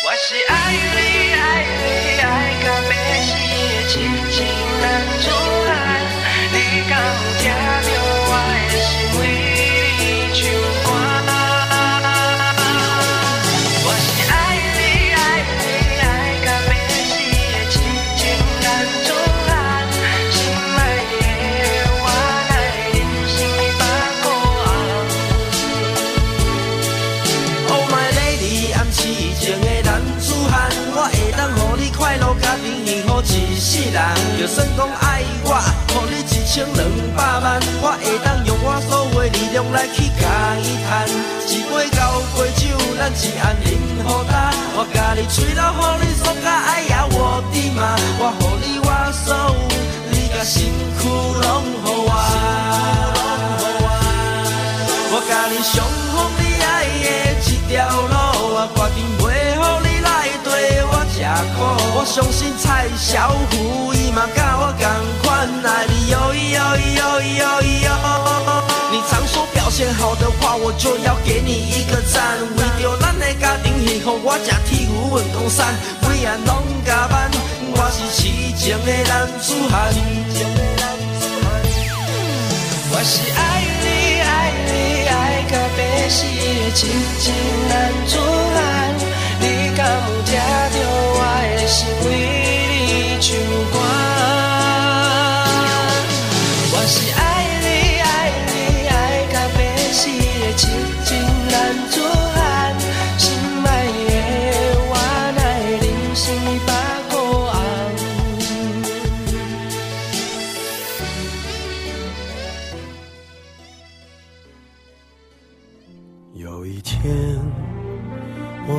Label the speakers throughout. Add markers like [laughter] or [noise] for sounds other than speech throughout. Speaker 1: 我是爱你爱你爱到要死的痴情男子汉，你敢有听着我的心为你唱歌？我是爱你爱你爱到要死的痴情男子汉，心爱的我来人生百个红。
Speaker 2: Oh my lady，暗示情的男子汉，我会当互你快乐甲平幸福一世人。就算讲爱我，互你一千两百万，我会当用我所有的力量来去甲伊赚。一杯交杯酒，咱一暗饮好干，我甲你吹到，互你爽甲哎呀我的妈，我互你我所有，你甲身躯拢互我。我甲你上好你爱的一条路，我决定袂予你来地我吃苦。我相信蔡小虎伊嘛甲我同款爱你哟哟哟哟哟。你常说表现好的话，我就要给你一个赞。为着咱的家庭幸福，我才铁牛运动衫，每晚拢加班。我是痴情的男子汉。
Speaker 1: 我是爱你爱你爱到要死的痴情男子汉，你敢有听着我的心为你唱歌？我是爱你爱你爱到要死的痴情男子汉，心爱的我来人生百个红。
Speaker 3: 有一天，我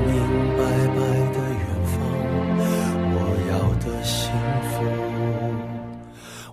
Speaker 3: 明白白的远方。我要的幸福，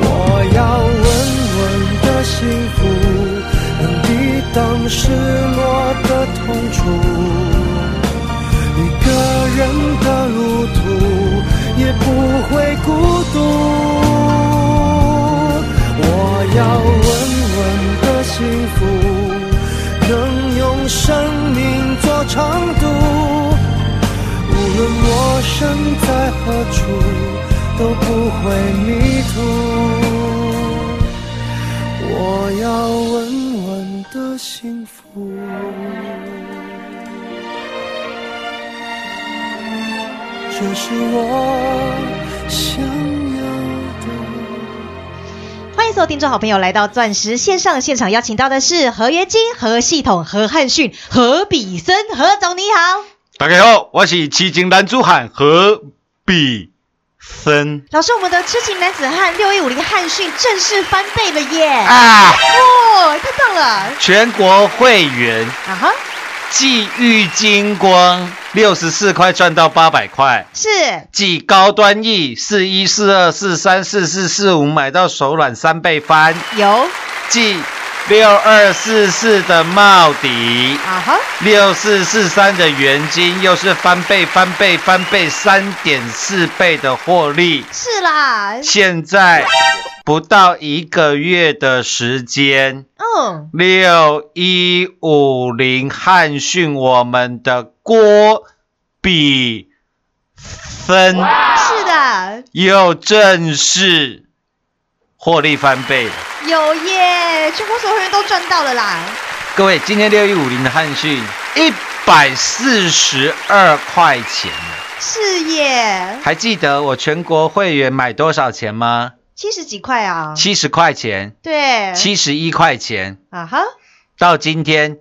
Speaker 3: 我要稳稳的幸福，能抵挡失落的痛楚。一个人的路途也不会孤独。我要稳稳的幸福。能用生命做长度。无论我身在何处，都不会迷途。我要稳稳的幸福。这是我想要的。
Speaker 4: 欢迎所有听众好朋友来到钻石线上现场，邀请到的是合约金、合系统、何汉逊、何比森，何总你好。
Speaker 5: 大家好，我是七情男子汉何必森
Speaker 4: 老师，我们的痴情男子汉六一五零汉逊正式翻倍了耶！哇、
Speaker 5: 啊！
Speaker 6: 哦
Speaker 4: 太棒了！
Speaker 5: 全国会员
Speaker 4: 啊哈，
Speaker 5: 继玉金光六十四块赚到八百块，
Speaker 4: 是
Speaker 5: 继高端 E 四一四二四三四四四五买到手软三倍翻，
Speaker 4: 有
Speaker 6: 啊
Speaker 5: 继六二四四的茂迪
Speaker 4: 啊哈，
Speaker 5: 六四四三的元金又是翻倍翻倍翻倍三点四倍的获利，
Speaker 4: 是啦，
Speaker 5: 现在不到一个月的时间，
Speaker 3: 嗯，
Speaker 5: 六一五零汉讯我们的郭比分
Speaker 3: 是的，
Speaker 5: 又正式获利翻倍了。
Speaker 3: 有耶，全国所有人都赚到了啦。
Speaker 5: 各位，今天六一五零的汉讯一百四十二块钱了
Speaker 3: 是耶，
Speaker 5: 还记得我全国会员买多少钱吗？
Speaker 3: 七十几块啊，
Speaker 5: 七十块钱，
Speaker 3: 对，
Speaker 1: 哎
Speaker 5: 七十一块钱，
Speaker 3: 啊哈，
Speaker 5: 到今天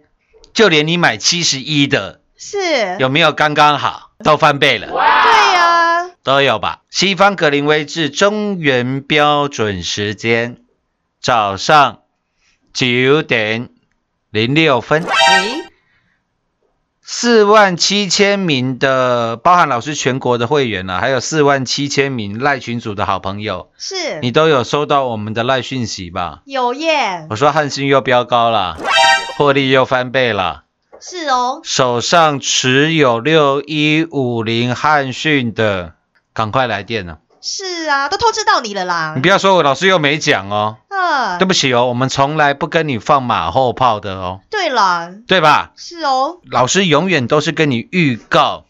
Speaker 5: 就连你买七十一的，
Speaker 3: 是，
Speaker 5: 有没有刚刚好都翻倍了？
Speaker 3: 对呀、
Speaker 5: 都有吧？西方格林威治中原标准时间早上九点零六分，
Speaker 3: 诶，
Speaker 5: 四万七千名的包含老师全国的会员呢、啊还有四万七千名赖群组的好朋友，
Speaker 3: 是
Speaker 5: 你都有收到我们的赖讯息吧？
Speaker 3: 有耶，
Speaker 5: 我说汉信又飙高了，获利又翻倍了。
Speaker 3: 是哦，
Speaker 5: 手上持有六一五零汉讯的，赶快来电了！
Speaker 3: 是啊，都透支到你了啦
Speaker 5: 你。不要说我老师又没讲哦，
Speaker 3: 啊
Speaker 5: 对，不起哦，我们从来不跟你放马后炮的哦，
Speaker 3: 对了，
Speaker 5: 对吧？
Speaker 3: 是哦，
Speaker 5: 老师永远都是跟你预告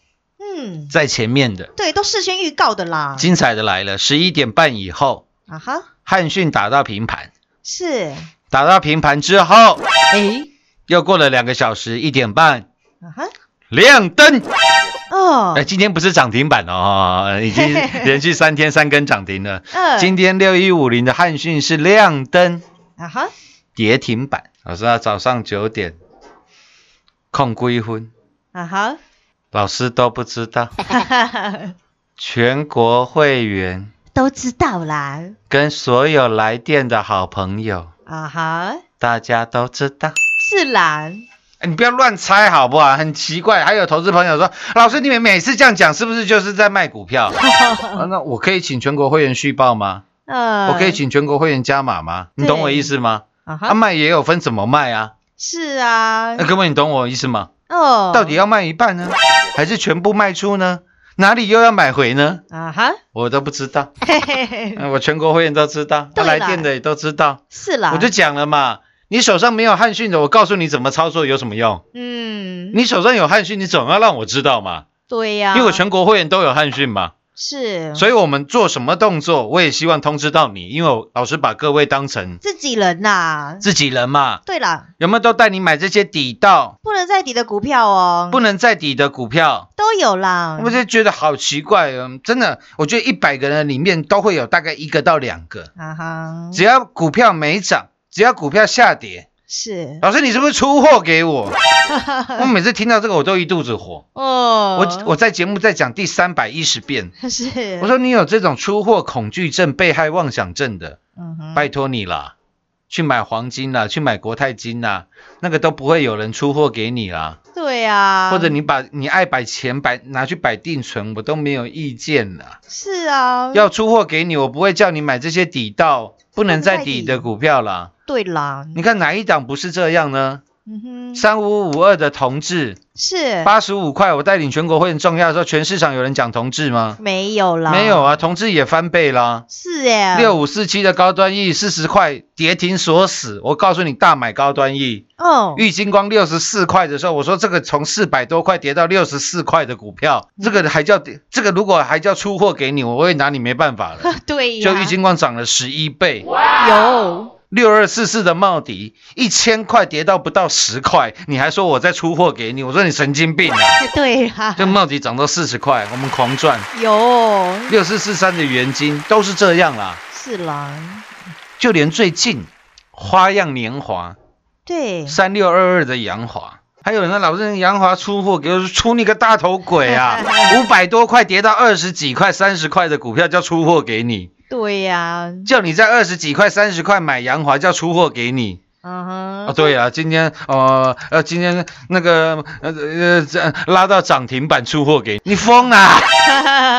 Speaker 3: 嗯，
Speaker 5: 在前面的。
Speaker 3: 对，都事先预告的啦。
Speaker 5: 精彩的来了，十一点半以后，
Speaker 3: 啊哈，
Speaker 5: 汉讯打到平盘，
Speaker 3: 是，
Speaker 5: 打到平盘之后，
Speaker 3: 诶，
Speaker 5: 又过了两个小时，一点半
Speaker 3: 啊哈，
Speaker 5: 亮灯。
Speaker 3: 哦
Speaker 5: 哎，，今天不是涨停板哦，已经连续三天三根涨停了。
Speaker 3: 嗯，
Speaker 5: 今天六一五零的汉讯是亮灯
Speaker 3: 啊哈，
Speaker 5: 跌停板，老师啊，早上九点控归婚，
Speaker 3: 啊哈，
Speaker 5: 老师都不
Speaker 3: [laughs]
Speaker 5: 知道，
Speaker 3: 哈哈哈，
Speaker 5: 全国会员
Speaker 3: 都知道啦。
Speaker 5: 跟所有来电的好朋友，
Speaker 3: 啊哈，
Speaker 5: 大家都知道。
Speaker 3: 是啦，
Speaker 5: 哎，你不要乱猜好不好？很奇怪。还有投资朋友说，老师，你们每次这样讲，是不是就是在卖
Speaker 3: [laughs]
Speaker 5: 股票？啊那我可以请全国会员续报吗？
Speaker 3: 呃，
Speaker 5: 我可以请全国会员加码吗？你懂我意思吗？
Speaker 3: 啊
Speaker 5: 啊，
Speaker 3: 哈，
Speaker 5: 卖也有分怎么卖啊？
Speaker 3: 是啊，
Speaker 5: 那各位，你懂我意思吗？
Speaker 3: 哦，
Speaker 5: 到底要卖一半呢，还是全部卖出呢？哪里又要买回呢？
Speaker 3: 啊哈， [laughs]
Speaker 5: 我都不知道，
Speaker 3: 嘿嘿嘿，
Speaker 5: 呃我全国会员都知道，
Speaker 3: 嗯对
Speaker 5: 他
Speaker 3: 啦
Speaker 5: 来电的也都知道。
Speaker 3: 是啦，
Speaker 5: 我就讲了嘛，你手上没有汉讯的，我告诉你怎么操作有什么用？
Speaker 3: 嗯，
Speaker 5: 你手上有汉讯，你总要让我知道嘛，
Speaker 3: 对呀、
Speaker 5: 因为我全国会员都有汉讯嘛，
Speaker 3: 是
Speaker 5: 所以我们做什么动作，我也希望通知到你，因为我老师把各位当成
Speaker 3: 自己人呐、
Speaker 5: 自己人嘛，
Speaker 3: 对啦，
Speaker 5: 有没有都带你买这些底到
Speaker 3: 不能再抵的股票哦，
Speaker 5: 不能再底的股票？
Speaker 3: 都有啦。
Speaker 5: 我就觉得好奇怪哦，真的，我觉得一百个人里面都会有大概一个到两个，
Speaker 3: 啊哈，
Speaker 5: 只要股票没涨，只要股票下跌，
Speaker 3: 是
Speaker 5: 老师你是不是出货
Speaker 3: [laughs]
Speaker 5: 给我？我每次听到这个我都一肚子火。
Speaker 3: 哦，
Speaker 5: 我我在节目在讲第三百一十遍，
Speaker 3: 我是
Speaker 5: 我说你有这种出货恐惧症、被害妄想症的，
Speaker 3: 嗯哼，
Speaker 5: 拜托你啦，去买黄金啦，去买国泰金啦，那个都不会有人出货给你啦。
Speaker 3: 对啊，
Speaker 5: 或者你把你爱摆钱摆拿去摆定存，我都没有意见啦。
Speaker 3: 是啊，
Speaker 5: 要出货给你，我不会叫你买这些底到不能再底的股票啦。
Speaker 3: 对啦，
Speaker 5: 你看哪一档不是这样呢？
Speaker 3: 嗯哼，
Speaker 5: 三五五二的同志，
Speaker 3: 是
Speaker 5: 八十五块，我带领全国会很重要的时候，全市场有人讲同志吗？
Speaker 3: 没有啦，嗯
Speaker 5: 没有，啊，同志也翻倍啦。
Speaker 3: 是耶，
Speaker 5: 六五四七的高端 E 四十块跌停锁死，我告诉你大买高端 E。
Speaker 3: 哦，
Speaker 5: 玉金光六十四块的时候，我说这个从四百多块跌到六十四块的股票，这个还叫这个如果还叫出货给你，我会拿你没办法了。
Speaker 3: 对呀，
Speaker 5: 就玉金光涨了十一倍，
Speaker 3: 有
Speaker 5: 六二四四的茂迪一千块跌到不到十块，你还说我在出货给你，我说你神经病啊！
Speaker 3: [laughs] 对啦，
Speaker 5: 这茂迪涨到四十块，我们狂赚。
Speaker 3: 有
Speaker 5: 六四四三的元金都是这样啦，
Speaker 3: 是啦，
Speaker 5: 就连最近花样年华
Speaker 3: 对，
Speaker 5: 三六二二的洋华。还有人说老是洋华出货，给我出你个大头鬼
Speaker 3: [laughs]
Speaker 5: 啊！五百多块跌到二十几块、三十块的股票叫出货给你，
Speaker 3: 对呀，
Speaker 5: 叫你在二十几块、三十块买洋华叫出货给你，
Speaker 3: 嗯
Speaker 5: 啊，
Speaker 3: 哼，
Speaker 5: 对啊，今天呃呃，今天那个呃呃这拉到涨停板出货给你，你疯啊！
Speaker 3: [laughs]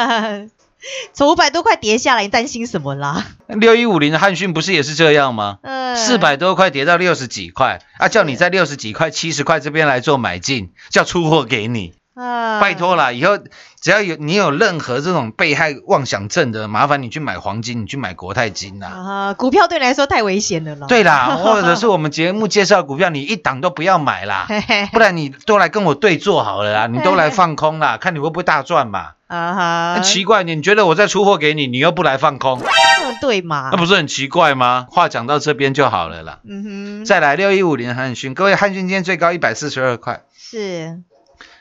Speaker 3: 从五百多块跌下来，你担心什么啦？
Speaker 5: 六一五零的汉讯不是也是这样吗？
Speaker 3: 嗯，
Speaker 5: 四百多块跌到六十几块啊，叫你在六十几块、七十块这边来做买进，叫出货给你，
Speaker 3: 呃
Speaker 5: 拜托啦，以后只要有你有任何这种被害妄想症的，麻烦你去买黄金，你去买国泰金啦。
Speaker 3: 啊，股票对你来说太危险了啦。 [laughs]
Speaker 5: 对啦，或者是我们节目介绍的股票，你一档都不要买啦，
Speaker 3: 嘿嘿
Speaker 5: [laughs] 不然你都来跟我对坐好了啦，你都来放空啦，看你会不会大赚嘛。
Speaker 3: 啊哈
Speaker 5: 那，奇怪，你觉得我在出货给你，你又不来放空，
Speaker 3: 嗯对
Speaker 5: [laughs]
Speaker 3: 嘛
Speaker 5: 那？不是很奇怪吗？话讲到这边就好了啦。
Speaker 3: 嗯哼，
Speaker 5: 再来六一五零汉讯，各位汉讯今天最高一百四十二块，
Speaker 3: 是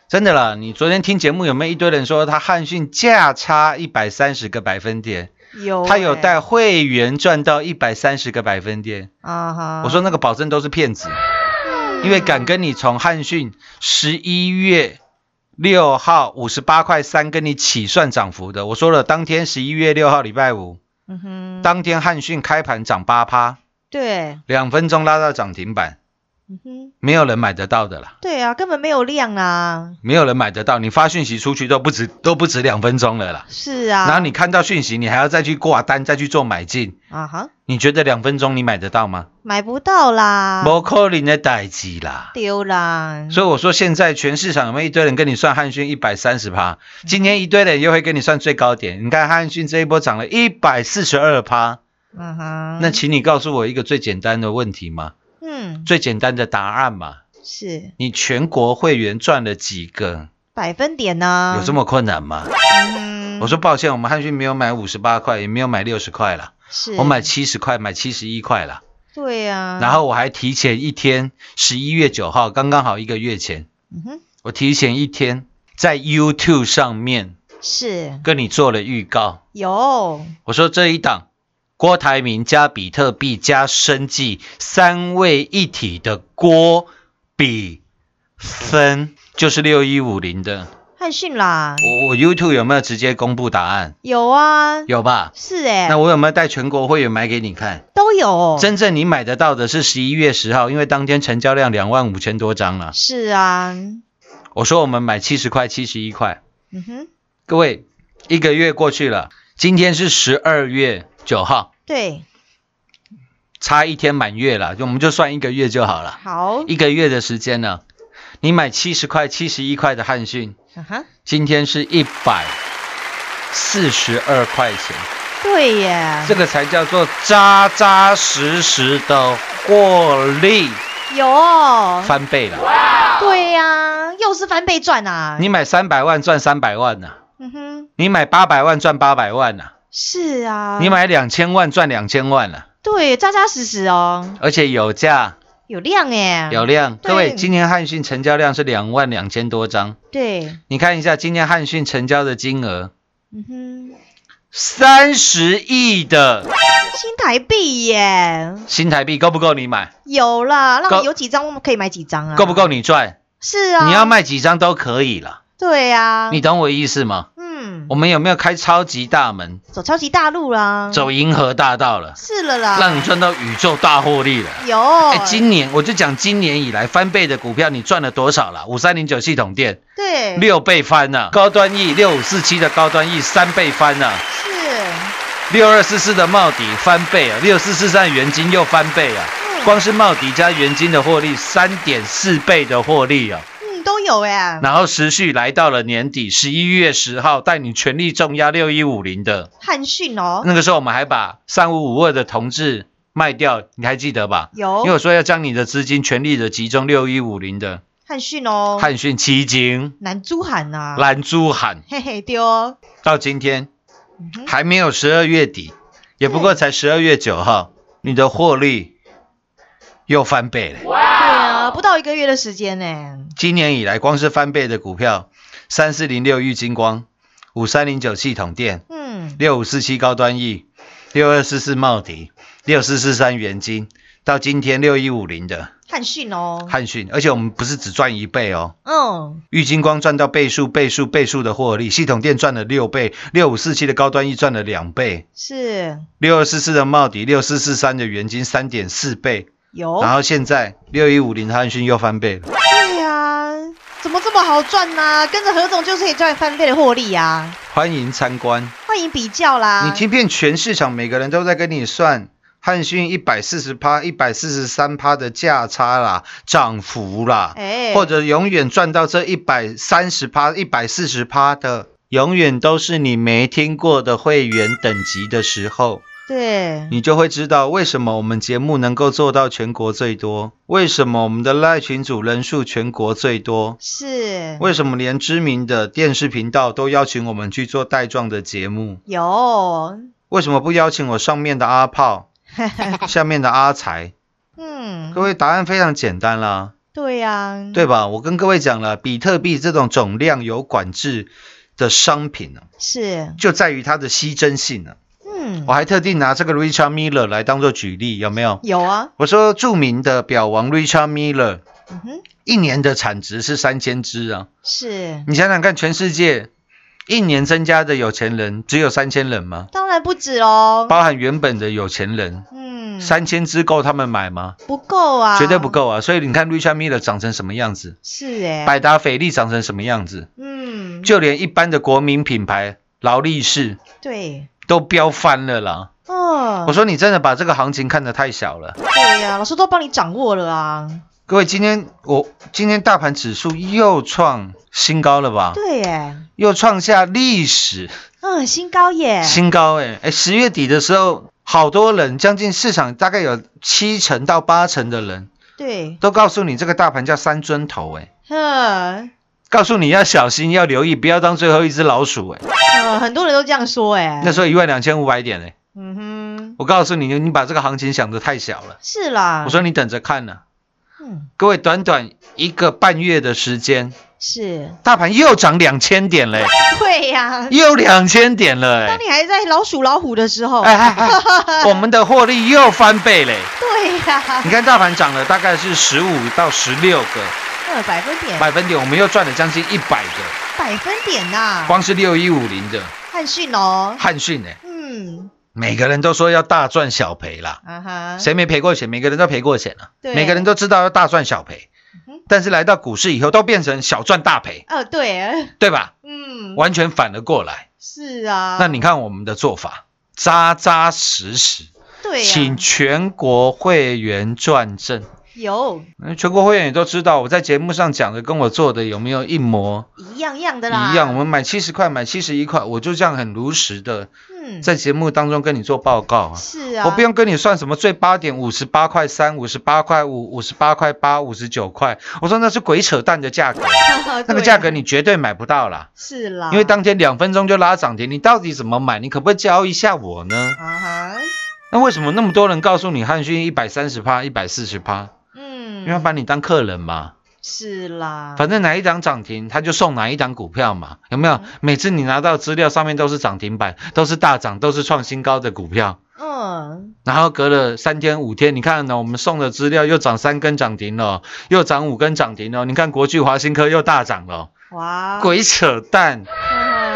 Speaker 5: 真的啦。你昨天听节目有没有一堆人说他汉讯价差一百三十个百分点？
Speaker 3: 有欸，
Speaker 5: 他有带会员赚到一百三十个百分点。
Speaker 3: 啊哈。
Speaker 5: 我说那个保证都是骗子，因为敢跟你从汉讯十一月六号五十八块三跟你起算涨幅的，我说了，当天十一月六号礼拜五，
Speaker 3: 嗯哼，
Speaker 5: 当天汉讯开盘涨八趴，
Speaker 3: 对，
Speaker 5: 两分钟拉到涨停板，
Speaker 3: 嗯哼，
Speaker 5: 没有人买得到的啦，
Speaker 3: 对啊，根本没有量啊，
Speaker 5: 没有人买得到，你发讯息出去都不止都不止两分钟了啦。
Speaker 3: 是啊，
Speaker 5: 然后你看到讯息，你还要再去挂单，再去做买进，
Speaker 3: 啊哈，
Speaker 5: 你觉得两分钟你买得到吗？
Speaker 3: 买不到啦，
Speaker 5: 不可能的代志啦。
Speaker 3: 丢啦，
Speaker 5: 所以我说，现在全市场有没有一堆人跟你算汉讯一百三十
Speaker 3: 嗯
Speaker 5: 趴？今天一堆人又会跟你算最高点。你看汉讯这一波涨了一百四十二趴，
Speaker 3: 嗯哼，
Speaker 5: 那请你告诉我一个最简单的问题嘛，
Speaker 3: 嗯
Speaker 5: 最简单的答案嘛，
Speaker 3: 是
Speaker 5: 你全国会员赚了几个？
Speaker 3: 百分点呢，
Speaker 5: 有这么困难吗？
Speaker 3: 嗯哼，
Speaker 5: 我说抱歉，我们汉讯没有买五十八块，也没有买六十块啦，
Speaker 3: 是嗯
Speaker 5: 我买七十块，买七十一块啦。
Speaker 3: 对呀，
Speaker 5: 然后我还提前一天，十一月九号，刚刚好一个月前，
Speaker 3: 嗯哼
Speaker 5: 我提前一天在 YouTube 上面。
Speaker 3: 是
Speaker 5: 跟你做了预告，
Speaker 3: 有
Speaker 5: 我说这一档郭台铭加比特币加生技三位一体的郭比分，就是六一五零的。
Speaker 3: 汉讯啦，
Speaker 5: 我我 YouTube 有没有直接公布答案？
Speaker 3: 有啊，
Speaker 5: 有吧？
Speaker 3: 是哎
Speaker 5: 那，我有没有带全国会员买给你看？
Speaker 3: 都有，
Speaker 5: 真正你买得到的是十一月十号，因为当天成交量两万五千多张了。
Speaker 3: 是啊，
Speaker 5: 我说我们买七十块、七十一块，
Speaker 3: 嗯哼，
Speaker 5: 各位一个月过去了，今天是十二月九号，
Speaker 3: 对，
Speaker 5: 差一天满月了，就我们就算一个月就好了。
Speaker 3: 好，
Speaker 5: 一个月的时间呢，你买七十块、七十一块的汉讯，
Speaker 3: 啊哈，
Speaker 5: 今天是一百四十二块钱，
Speaker 3: 对耶，
Speaker 5: 这个才叫做扎扎实实的获利
Speaker 3: 有，
Speaker 5: 翻倍了。
Speaker 3: 对呀，又是翻倍赚啊，
Speaker 5: 你买三百万赚三百万呐、
Speaker 3: 嗯哼，
Speaker 5: 你买八百万赚八百万呐、
Speaker 3: 是啊，
Speaker 5: 你买两千万赚两千万呐、
Speaker 3: 对，扎扎实实哦，
Speaker 5: 而且有价
Speaker 3: 有量哎，
Speaker 5: 有量。
Speaker 3: 对
Speaker 5: 各位，今天汉讯成交量是两万两千多张，
Speaker 3: 对，
Speaker 5: 你看一下今天汉讯成交的金额。
Speaker 3: 嗯哼，
Speaker 5: 三十亿的
Speaker 3: 新台币耶，
Speaker 5: 新台币够不够你买？
Speaker 3: 有啦，那
Speaker 5: 够
Speaker 3: 我有几张，我们可以买几张啊？
Speaker 5: 够不？够你赚？
Speaker 3: 是啊，
Speaker 5: 你要？卖几张都可以了，
Speaker 3: 对啊，
Speaker 5: 你懂我意思吗？
Speaker 3: 嗯
Speaker 5: 我，们有没有开超级大门，
Speaker 3: 走超级大路啦，
Speaker 5: 走银河大道了，
Speaker 3: 是了啦，
Speaker 5: 让你赚到宇宙大获利了？
Speaker 3: 有，
Speaker 5: 哎，今年我就讲今年以来翻倍的股票，你赚了多少了？五三零九系统店
Speaker 3: 对，
Speaker 5: 六倍翻了，高端 E 六五四七的高端 E 三倍翻了，
Speaker 3: 是，
Speaker 5: 六二四四的茂迪翻倍啊，六四四三的元金又翻倍啊，光是茂迪加元金的获利三点四倍的获利啊，
Speaker 3: 嗯，都有哎，
Speaker 5: 然后持续来到了年底十一月十号，带你全力重压六一五零的，
Speaker 3: 汉讯哦，
Speaker 5: 那个时候我们还把三五五二的同志卖掉，你还记得吧？因为
Speaker 3: 有
Speaker 5: 我说要将你的资金全力的集中六一五零的
Speaker 3: 汉讯哦，
Speaker 5: 汉讯七金、
Speaker 3: 南珠喊呐，
Speaker 5: 蓝珠喊，
Speaker 3: 嘿嘿丢哦，
Speaker 5: 到今天
Speaker 3: 嗯哼
Speaker 5: 还没有十二月底，也不过才十二月九号，你的获利又翻倍了。
Speaker 3: 对啊，不到一个月的时间呢，
Speaker 5: 今年以来，光是翻倍的股票，三四零六玉金光、五三零九系统店、
Speaker 3: 嗯，
Speaker 5: 六五四七高端 E、六二四四茂迪、六四四三元金，到今天六一五零的
Speaker 3: 汉讯哦，
Speaker 5: 汉讯，而且我们不是只赚一倍哦。
Speaker 3: 嗯，
Speaker 5: 玉金光赚到倍数、倍数、倍数的获利，系统店赚了六倍，六五四七的高端 E 赚了两倍，
Speaker 3: 是
Speaker 5: 六二四四的茂迪，六四四三的元金三点四倍，
Speaker 3: 有，
Speaker 5: 然后现在六一五零的汉讯又翻倍了，
Speaker 3: 对呀、怎么这么好赚呢、跟着何总就是可以赚翻倍的获利呀、
Speaker 5: 欢迎参观。
Speaker 3: 欢迎比较啦。
Speaker 5: 你听遍全市场，每个人都在跟你算汉讯一百四十趴、一百四十三趴的价差啦，涨幅啦，
Speaker 3: 哎
Speaker 5: 或者永远赚到这一百三十趴、一百四十趴的，永远都是你没听过的会员等级的时候，
Speaker 3: 对，
Speaker 5: 你就会知道为什么我们节目能够做到全国最多，为什么我们的赖群组人数全国最多。
Speaker 3: 是
Speaker 5: 为什么连知名的电视频道都邀请我们去做带状的节目？
Speaker 3: 有，
Speaker 5: 为什么不邀请我上面的阿炮，下面的阿财？各
Speaker 3: 嗯，
Speaker 5: 位答案非常简单啦，
Speaker 3: 对呀、
Speaker 5: 对吧？我跟各位讲了，比特币这种总量有管制的商品呢、
Speaker 3: 是，
Speaker 5: 就在于它的稀珍性呢、
Speaker 3: 嗯
Speaker 5: 我，还特地拿这个 Richard Miller 来当做举例，有没有？
Speaker 3: 有啊，
Speaker 5: 我说著名的表王 Richard Miller
Speaker 3: 嗯哼，
Speaker 5: 一年的产值是三千只啊，
Speaker 3: 是，
Speaker 5: 你想想看，全世界一年增加的有钱人只有三千人吗？
Speaker 3: 当然不止喽，
Speaker 5: 包含原本的有钱人，
Speaker 3: 嗯，
Speaker 5: 三千只够他们买吗？
Speaker 3: 不够啊，
Speaker 5: 绝对不，够啊！所以你看 Richard Miller 长成什么样子，
Speaker 3: 是哎、
Speaker 5: 百达翡丽长成什么样子，
Speaker 3: 嗯，
Speaker 5: 就连一般的国民品牌劳力士
Speaker 3: 对，
Speaker 5: 都飙翻了啦！
Speaker 3: 哦，
Speaker 5: 我说你真的把这个行情看得太小了。
Speaker 3: 对呀、老师都帮你掌握了啊，
Speaker 5: 各位，今天我今天大盘指数又创新高了吧？
Speaker 3: 对耶、
Speaker 5: 又创下历史
Speaker 3: 嗯，新高耶，
Speaker 5: 新高哎、哎，十月底的时候，好多人，将近市场大概有七成到八成的人
Speaker 3: 对，
Speaker 5: 都告诉你这个大盘叫三尊头哎、
Speaker 3: 嗯，
Speaker 5: 告诉你要小心，要留意，不要当最后一只老鼠哎、
Speaker 3: 嗯，很多人都这样说哎、
Speaker 5: 那时候一万两千五百点哎、
Speaker 3: 嗯哼，
Speaker 5: 我告诉你，你把这个行情想得太小了。
Speaker 3: 是啦，
Speaker 5: 我说你等着看呢、
Speaker 3: 哎嗯，
Speaker 5: 各位，短短一个半月的时间，
Speaker 3: 是，
Speaker 5: 大盘又涨两千点嘞、
Speaker 3: 对呀、
Speaker 5: [laughs] 又两千点了哎、
Speaker 3: 当你还在老鼠老虎的时候，
Speaker 5: 哎
Speaker 3: [laughs]
Speaker 5: 哎哎，我们的获利又翻倍哎嘞、
Speaker 3: 对 [laughs]
Speaker 5: [laughs]
Speaker 3: 呀、
Speaker 5: 你看大盘涨了大概是十五到十六个
Speaker 3: 二嗯百分点，
Speaker 5: 百分点，我们又赚了将近一百个，
Speaker 3: 百分点呐、
Speaker 5: 光是六一五零的
Speaker 3: 汉逊哦，
Speaker 5: 汉讯哎，
Speaker 3: 嗯，
Speaker 5: 每个人都说要大赚小赔啦，
Speaker 3: 啊哈，
Speaker 5: 谁没赔过钱？每个人都赔过钱啊，
Speaker 3: 对
Speaker 5: 每个人都知道要大赚小赔
Speaker 3: 嗯哼，
Speaker 5: 但是来到股市以后都变成小赚大赔，
Speaker 3: 哦，对，
Speaker 5: 对吧？
Speaker 3: 嗯，
Speaker 5: 完全反了过来。
Speaker 3: 是啊，
Speaker 5: 那你看我们的做法，扎扎实实，
Speaker 3: 对呀、
Speaker 5: 请全国会员转正。
Speaker 3: 有
Speaker 5: 嗯全国会员也都知道，我在节目上讲的跟我做的有没有一模
Speaker 3: 一样样的啦，
Speaker 5: 一样？我，们买七十块，买七十一块，我就这样很如实的
Speaker 3: 嗯，
Speaker 5: 在节目当中跟你做报告啊。
Speaker 3: 是啊，
Speaker 5: 我不用跟你算什么最八点五十八块三、五十八块五、五十八块八、五十九块，我说那是鬼扯淡的价格，那个价
Speaker 3: 对
Speaker 5: 格你绝对买不到啦。
Speaker 3: [laughs] 是
Speaker 1: 啊
Speaker 3: 啦，
Speaker 5: 因为当天两分钟就拉涨停，你到底怎么买？你可不可以教一下我呢？
Speaker 3: 啊哈，
Speaker 5: 那为什么那么多人告诉你汉讯一百三十趴、一百四十趴？
Speaker 3: 嗯，啊
Speaker 5: 因为他把你当客人嘛。
Speaker 3: 是啦，
Speaker 5: 反正哪一档涨停，他就送哪一档股票嘛，有没有？每次你拿到资料上面都是涨停板，都是大涨，都是创新高的股票。
Speaker 3: 嗯，
Speaker 5: 然后隔了三天五天，你看哦呢，我们送的资料又涨三根涨停了，又涨五根涨停了。你看国巨、华新科又大涨了，
Speaker 3: 哇， [laughs]
Speaker 5: 鬼扯淡！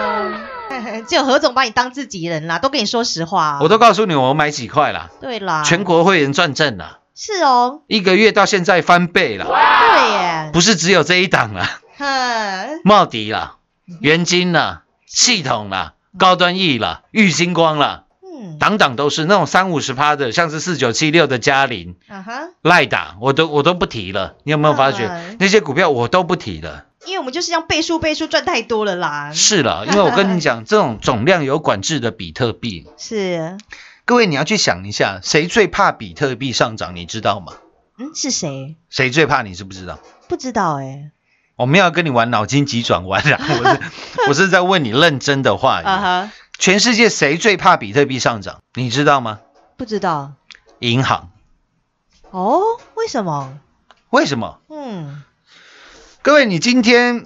Speaker 3: 嗯只有何总把你当自己人啦，都跟你说实话，
Speaker 5: 我都告诉你，我买几块啦，
Speaker 3: 对啦，
Speaker 5: 全国会员赚正啊了，
Speaker 3: 是哦，
Speaker 5: 一个月到现在翻倍了，
Speaker 3: 对耶，
Speaker 5: 不是只有这一档啦，
Speaker 3: 哼，
Speaker 5: [laughs] 茂迪啦、元金啦、系统啦、高端 E 啦、玉星光啦。
Speaker 3: 嗯，
Speaker 5: 档档都是那种三五十趴的，像是四九七六的嘉陵、
Speaker 3: 啊哈，
Speaker 5: 赖打，我都我都不提了。你有没有发觉
Speaker 3: 嗯
Speaker 5: 那些股票我都不提了？
Speaker 3: 因为我们就是这样倍数倍数赚太多了啦，
Speaker 5: 是了，因为我跟你讲，这种总量有管制的比特币，
Speaker 3: 是，
Speaker 5: 各位你要去想一下，谁最怕比特币上涨？你知道吗？
Speaker 3: 嗯，是谁？
Speaker 5: 谁最怕？你知不知道？
Speaker 3: 不知道哎，
Speaker 5: 我们哦要跟你玩脑筋急转弯
Speaker 3: [laughs]
Speaker 5: 啊！我是我是在问你认真的话语。
Speaker 3: 啊哈，
Speaker 5: 全世界谁最怕比特币上涨？你知道吗？
Speaker 3: 不知道
Speaker 5: 银行。
Speaker 3: 哦，为什么？
Speaker 5: 为什么？
Speaker 3: 嗯，
Speaker 5: 各位，你今天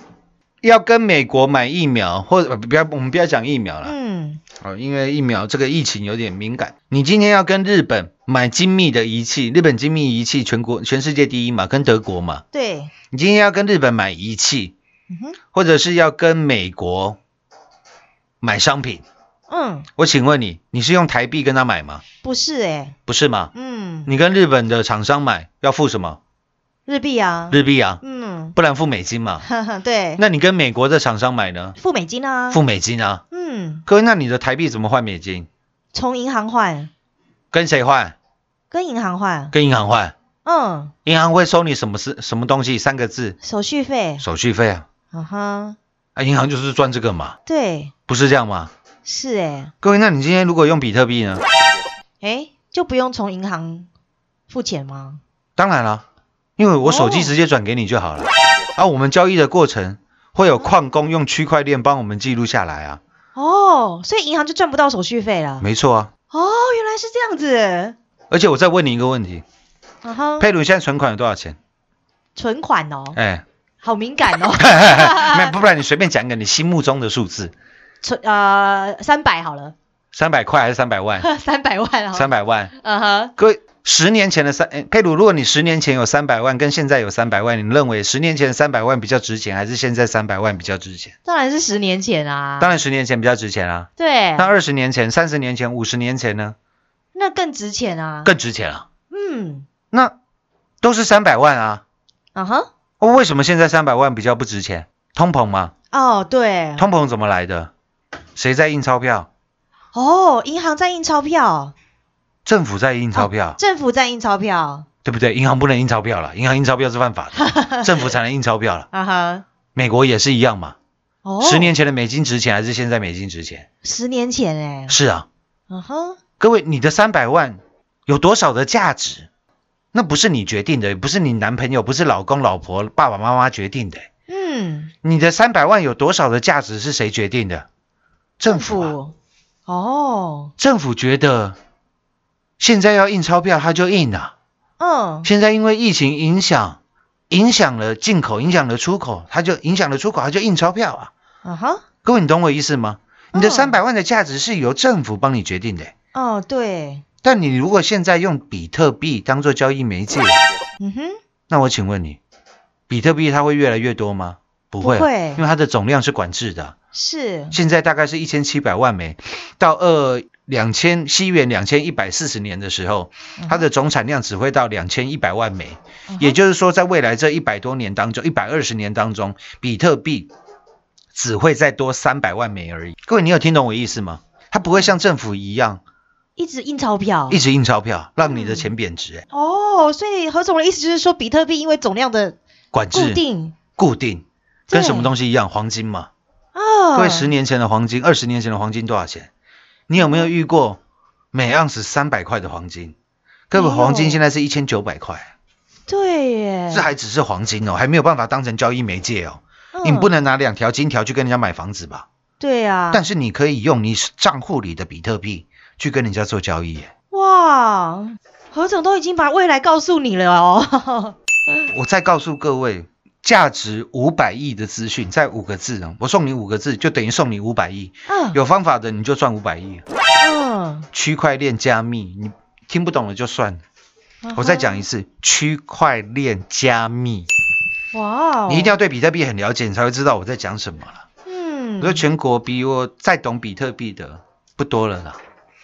Speaker 5: 要跟美国买疫苗，或者呃不要，我们不要讲疫苗了，
Speaker 3: 嗯，
Speaker 5: 哦，因为疫苗这个疫情有点敏感。你今天要跟日本买精密的仪器，日本精密仪器全国全世界第一嘛，跟德国嘛。
Speaker 3: 对，
Speaker 5: 你今天要跟日本买仪器，
Speaker 3: 嗯哼，
Speaker 5: 或者是要跟美国买商品，
Speaker 3: 嗯，
Speaker 5: 我请问你，你是用台币跟他买吗？
Speaker 3: 不是哎，
Speaker 5: 不是吗？
Speaker 3: 嗯，
Speaker 5: 你跟日本的厂商买要付什么？
Speaker 3: 日币啊，
Speaker 5: 日币啊，
Speaker 3: 嗯，
Speaker 5: 不然付美金嘛。
Speaker 3: 呵呵，对，
Speaker 5: 那你跟美国的厂商买呢？
Speaker 3: 付美金啊，
Speaker 5: 付美金啊。
Speaker 3: 嗯，
Speaker 5: 各位，那你的台币怎么换美金？
Speaker 3: 从银行换，
Speaker 5: 跟谁换？
Speaker 3: 跟银行换，
Speaker 5: 跟银行换，
Speaker 3: 嗯，
Speaker 5: 银行会收你什么是什么东西？三个字，
Speaker 3: 手续费，
Speaker 5: 手续费啊。
Speaker 3: 啊哈，
Speaker 5: 啊，银行就是赚这个嘛，
Speaker 3: 对，
Speaker 5: 不是这样吗？
Speaker 3: 是哎，
Speaker 5: 各位，那你今天如果用比特币呢？
Speaker 3: 哎，就不用从银行付钱吗？
Speaker 5: 当然了，因为我手机
Speaker 3: 哦
Speaker 5: 直接转给你就好了。啊，我们交易的过程会有矿工用区块链帮我们记录下来啊。
Speaker 3: 哦，所以银行就赚不到手续费了。
Speaker 5: 没错啊。
Speaker 3: 哦，原来是这样子，
Speaker 5: 而且我再问你一个问题，
Speaker 3: 啊哈，
Speaker 5: 佩鲁现在存款有多少钱？
Speaker 3: 存款哦，
Speaker 5: 哎， [laughs]
Speaker 3: 好敏感哦，
Speaker 5: 没有，不然你随便讲一个你心目中的数字，
Speaker 3: 存呃三百好了， [laughs]
Speaker 5: 三百块还是三百万？
Speaker 3: 三百万 [laughs] 好了，
Speaker 5: 三百万。
Speaker 3: 嗯哼，
Speaker 5: 各位，十年前的三，哎佩鲁，如果你十年前有三百万，跟现在有三百万，你认为十年前三百万比较值钱，还是现在三百万比较值钱？
Speaker 3: 当然是十年前啊，
Speaker 5: 当然，十年前比较值钱啊。
Speaker 3: 对
Speaker 5: 那，二十年前、三十年前、五十年前呢，
Speaker 3: 那更值钱啊，
Speaker 5: 更值钱啊。
Speaker 3: 嗯，
Speaker 5: 那都是三百万啊，
Speaker 3: 啊哈，
Speaker 5: 哦，为什么现在三百万比较不值钱？通膨嘛，
Speaker 3: 哦对，
Speaker 5: 通膨怎么来的？谁在印钞票？
Speaker 3: 哦，银行在印钞票，
Speaker 5: 政府在印钞票，
Speaker 3: 政府在印钞票，
Speaker 5: 对不对？银行不能印钞票了，银行印钞票是犯法的，政府才能印钞票了。
Speaker 3: 啊哈，
Speaker 5: 美国也是一样嘛，
Speaker 3: 哦，
Speaker 5: 十年前的美金值钱还是现在美金值钱？
Speaker 3: 十年前哎，
Speaker 5: 是啊，
Speaker 3: 嗯哼，
Speaker 5: 各位，你的三百万有多少的价值？那不是你决定的，也不是你男朋友，不是老公、老婆、爸爸妈妈决定的。
Speaker 3: 嗯，
Speaker 5: 你的三百万有多少的价值是谁决定的？政府啊、
Speaker 3: 哦，
Speaker 5: 政府觉得现在要印钞票，他就印啊。
Speaker 3: 嗯，
Speaker 5: 现在因为疫情影响，影响了进口，影响了出口，它就影响了出口，它就印钞票啊。
Speaker 3: 啊哈，
Speaker 5: 各位，你懂我意思吗？你的
Speaker 3: 嗯
Speaker 5: 三百万的价值是由政府帮你决定的，
Speaker 3: 哦对，
Speaker 5: 但你如果现在用比特币当做交易媒介，
Speaker 3: 嗯哼，
Speaker 5: 那我请问你，比特币它会越来越多吗？不会啊，
Speaker 3: 不会
Speaker 5: 因为它的总量是管制的啊。
Speaker 3: 是，
Speaker 5: 现在大概是一千七百万枚，到二两千西元两千一百四十年的时候，
Speaker 3: 嗯
Speaker 5: 它的总产量只会到两千一百万枚，也就是说，在未来这一百多年当中，一百二十年当中，比特币只会再多三百万枚而已。各位，你有听懂我意思吗？它不会像政府一样
Speaker 3: 嗯一直印钞票
Speaker 5: 一，直印钞票，让
Speaker 3: 嗯
Speaker 5: 你的钱贬值、哎
Speaker 3: 哦，所以何总的意思就是说，比特币因为总量的
Speaker 5: 管制
Speaker 3: 固定
Speaker 5: 固定跟什么
Speaker 3: 对
Speaker 5: 东西一样？黄金嘛。
Speaker 3: 啊，
Speaker 5: 各位，十年前的黄金，二十年前的黄金多少钱？你有没有遇过每盎司三百块的黄金？各位，
Speaker 3: 没有
Speaker 5: 黄金现在是一千九百块，
Speaker 3: 对耶，
Speaker 5: 这还只是黄金哦，还没有办法当成交易媒介哦。
Speaker 3: 嗯
Speaker 5: 你不能拿两条金条去跟人家买房子吧？
Speaker 3: 对啊，
Speaker 5: 但是你可以用你账户里的比特币去跟人家做交易耶。
Speaker 3: 哇，何总都已经把未来告诉你了哦，
Speaker 5: 我再告诉各位，价值五百亿的资讯，在五个字哦，我送你五个字，就等于送你五百亿。
Speaker 3: 嗯
Speaker 5: 有方法的你就赚五百亿。
Speaker 3: 嗯，
Speaker 5: 区块链加密，你听不懂了就算了。
Speaker 3: 嗯
Speaker 5: 我再讲一次，区块链加密，
Speaker 3: 哇哦，
Speaker 5: 你一定要对比特币很了解，你才会知道我在讲什么了。我
Speaker 3: 嗯
Speaker 5: 说全国比我再懂比特币的不多了啦，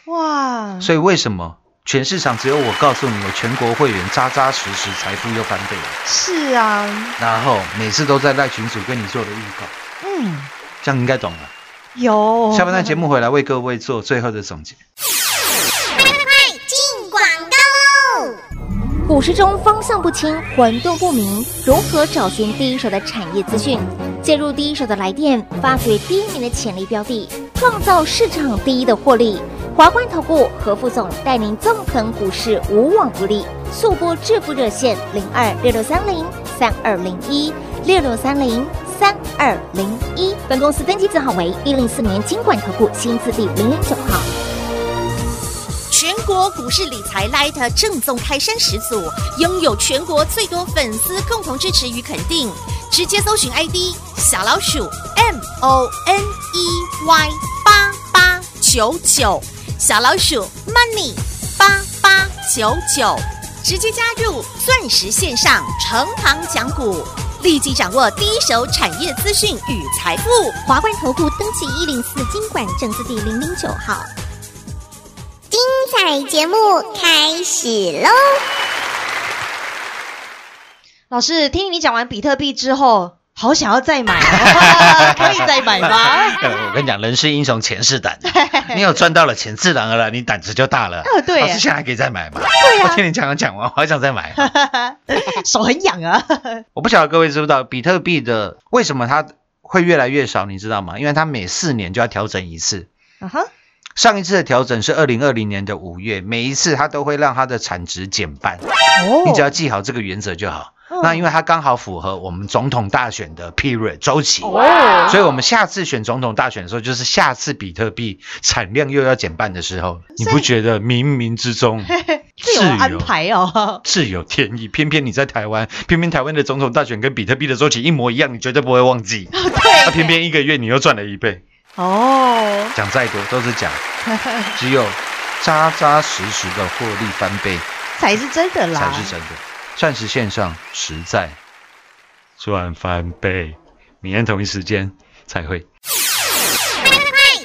Speaker 3: 哇，
Speaker 5: 所以为什么全市场只有我告诉你，我全国会员扎扎实实财富又翻倍了，
Speaker 3: 是啊，
Speaker 5: 然后每次都在赖群主跟你做的预告，
Speaker 3: 嗯，
Speaker 5: 这样应该懂了。
Speaker 3: 有
Speaker 5: 下半段节目回来为各位做最后的总结。
Speaker 6: 进广告喽！股市中方向不清、混沌不明，如何找寻第一手的产业资讯？介入第一手的来电，发掘第一名的潜力标的，创造市场第一的获利。华冠投顾何副总带领纵横股市，无往不利。速播致富热线零二六六三零三二零一六六三零三二零一。本公司登记字号为一零四年经管投顾新字第零零九号。全国股市理财 Light 正宗开山始祖，拥有全国最多粉丝共同支持与肯定。直接搜寻 ID 小老鼠 M O N E Y 八八九九，小老鼠 Money 八八九九，直接加入钻石线上成行讲股，立即掌握第一手产业资讯与财富。华冠投顾登记一零四经管证字第零零九号。彩节目开始喽！
Speaker 3: 老师，听你讲完比特币之后，好想要再买
Speaker 5: [laughs]
Speaker 3: 哦，可以再买吗？
Speaker 5: 呃我跟你讲，人是英雄，钱是胆。你有赚到了钱，自然而然你胆子就大了。
Speaker 3: [laughs] 哦对啊
Speaker 5: 老师现在还可以再买吗？对我听你讲完讲完，我还想再
Speaker 3: [laughs]
Speaker 5: 买。
Speaker 3: 手很痒啊，
Speaker 5: 我不晓得各位知不知道，比特币的为什么它会越来越少，你知道吗？因为它每四年就要调整一次。
Speaker 3: 啊哈，
Speaker 5: 上一次的调整是二零二零年的五月，每一次它都会让它的产值减半。
Speaker 3: 哦嗯
Speaker 5: 你只要记好这个原则就好。那因为它刚好符合我们总统大选的 period 周期，所以我们下次选总统大选的时候，就是下次比特币产量又要减半的时候，你不觉得冥冥之中
Speaker 3: [laughs] 自有安排哦，
Speaker 5: 自有天意？偏偏你在台湾，偏偏台湾的总统大选跟比特币的周期一模一样，你绝对不会忘记。
Speaker 3: 对
Speaker 5: 那偏偏一个月你又赚了一倍，
Speaker 3: 哦，
Speaker 5: 讲再多都是讲，只有扎扎实实的获利翻倍
Speaker 3: 才是真的啦，
Speaker 5: 才是真的。钻石线上实在赚翻倍，明天同一时间才会。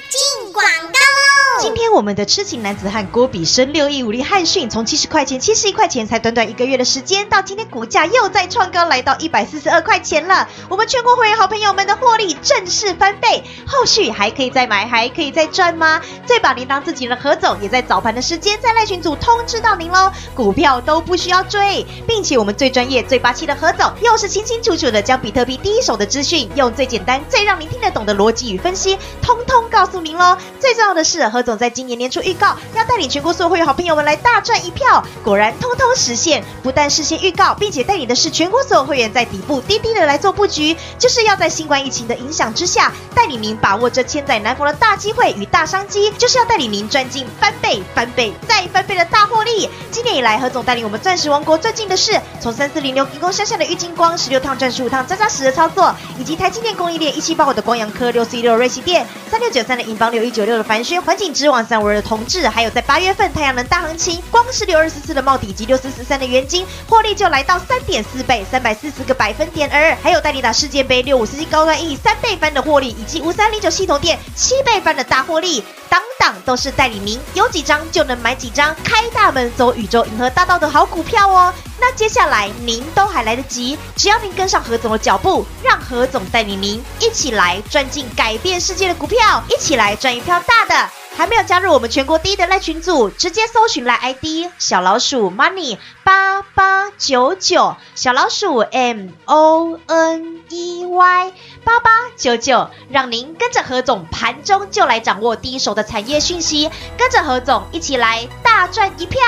Speaker 6: 进广告
Speaker 3: 今天我们的痴情男子汉郭比生六亿武力汉逊，从七十块钱、七十一块钱，才短短一个月的时间，到今天股价又再创高，来到一百四十二块钱了。我们全国会员好朋友们的获利正式翻倍，后续还可以再买，还可以再赚吗？再把您当自己的何总也在早盘的时间在赖群组通知到您喽，股票都不需要追，并且我们最专业、最霸气的何总，又是清清楚楚的将比特币第一手的资讯，用最简单、最让您听得懂的逻辑与分析，通通告诉您喽。最重要的是，何总在今年年初预告要带领全国所有会员好朋友们来大赚一票，果然通通实现，不但事先预告，并且带领的是全国所有会员在底部低低的来做布局，就是要在新冠疫情的影响之下，带领您把握这千载难逢的大机会与大商机，就是要带领您赚进翻倍、翻倍再翻倍的大获利。今年以来，何总带领我们钻石王国最近的是从三四零六银光山下的郁金光十六趟赚十五趟，扎扎实实操作，以及台积电供应链一七八五的光阳科六四一六瑞奇电三六九三的银邦六一九六的凡轩环境之王三五二的同志，还有在八月份太阳能大行情光是六二四四的茂底以及六四四三的元金，获利就来到三点四倍，三百四十个百分点而还有戴利达世界杯六五四七高端 E 三倍翻的获利，以及五三零九系统店七倍翻的大获利，当档都是代理名，有几张就能买几张，开大门走宇宙银河大道的好股票哦。那接下来您都还来得及，只要您跟上何总的脚步，让何总带领您一起来赚进改变世界的股票，一起来赚一票大的。还没有加入我们全国第一的赖群组，直接搜寻赖 ID 小老鼠 money 八八九九，小老鼠 m o n e y 八八九九，让您跟着何总盘中就来掌握第一手的产业讯息，跟着何总一起来大赚一票。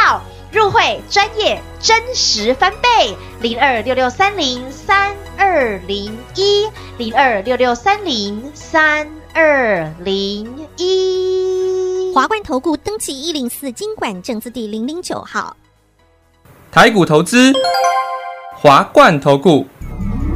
Speaker 3: 入会专业真实翻倍，零二六六三零三二零一，零二六六三零三二零一。
Speaker 6: 华冠投顾登记一零四经管证字第零零九号。
Speaker 7: 台股投资，华冠投顾。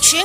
Speaker 8: 全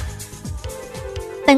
Speaker 6: 本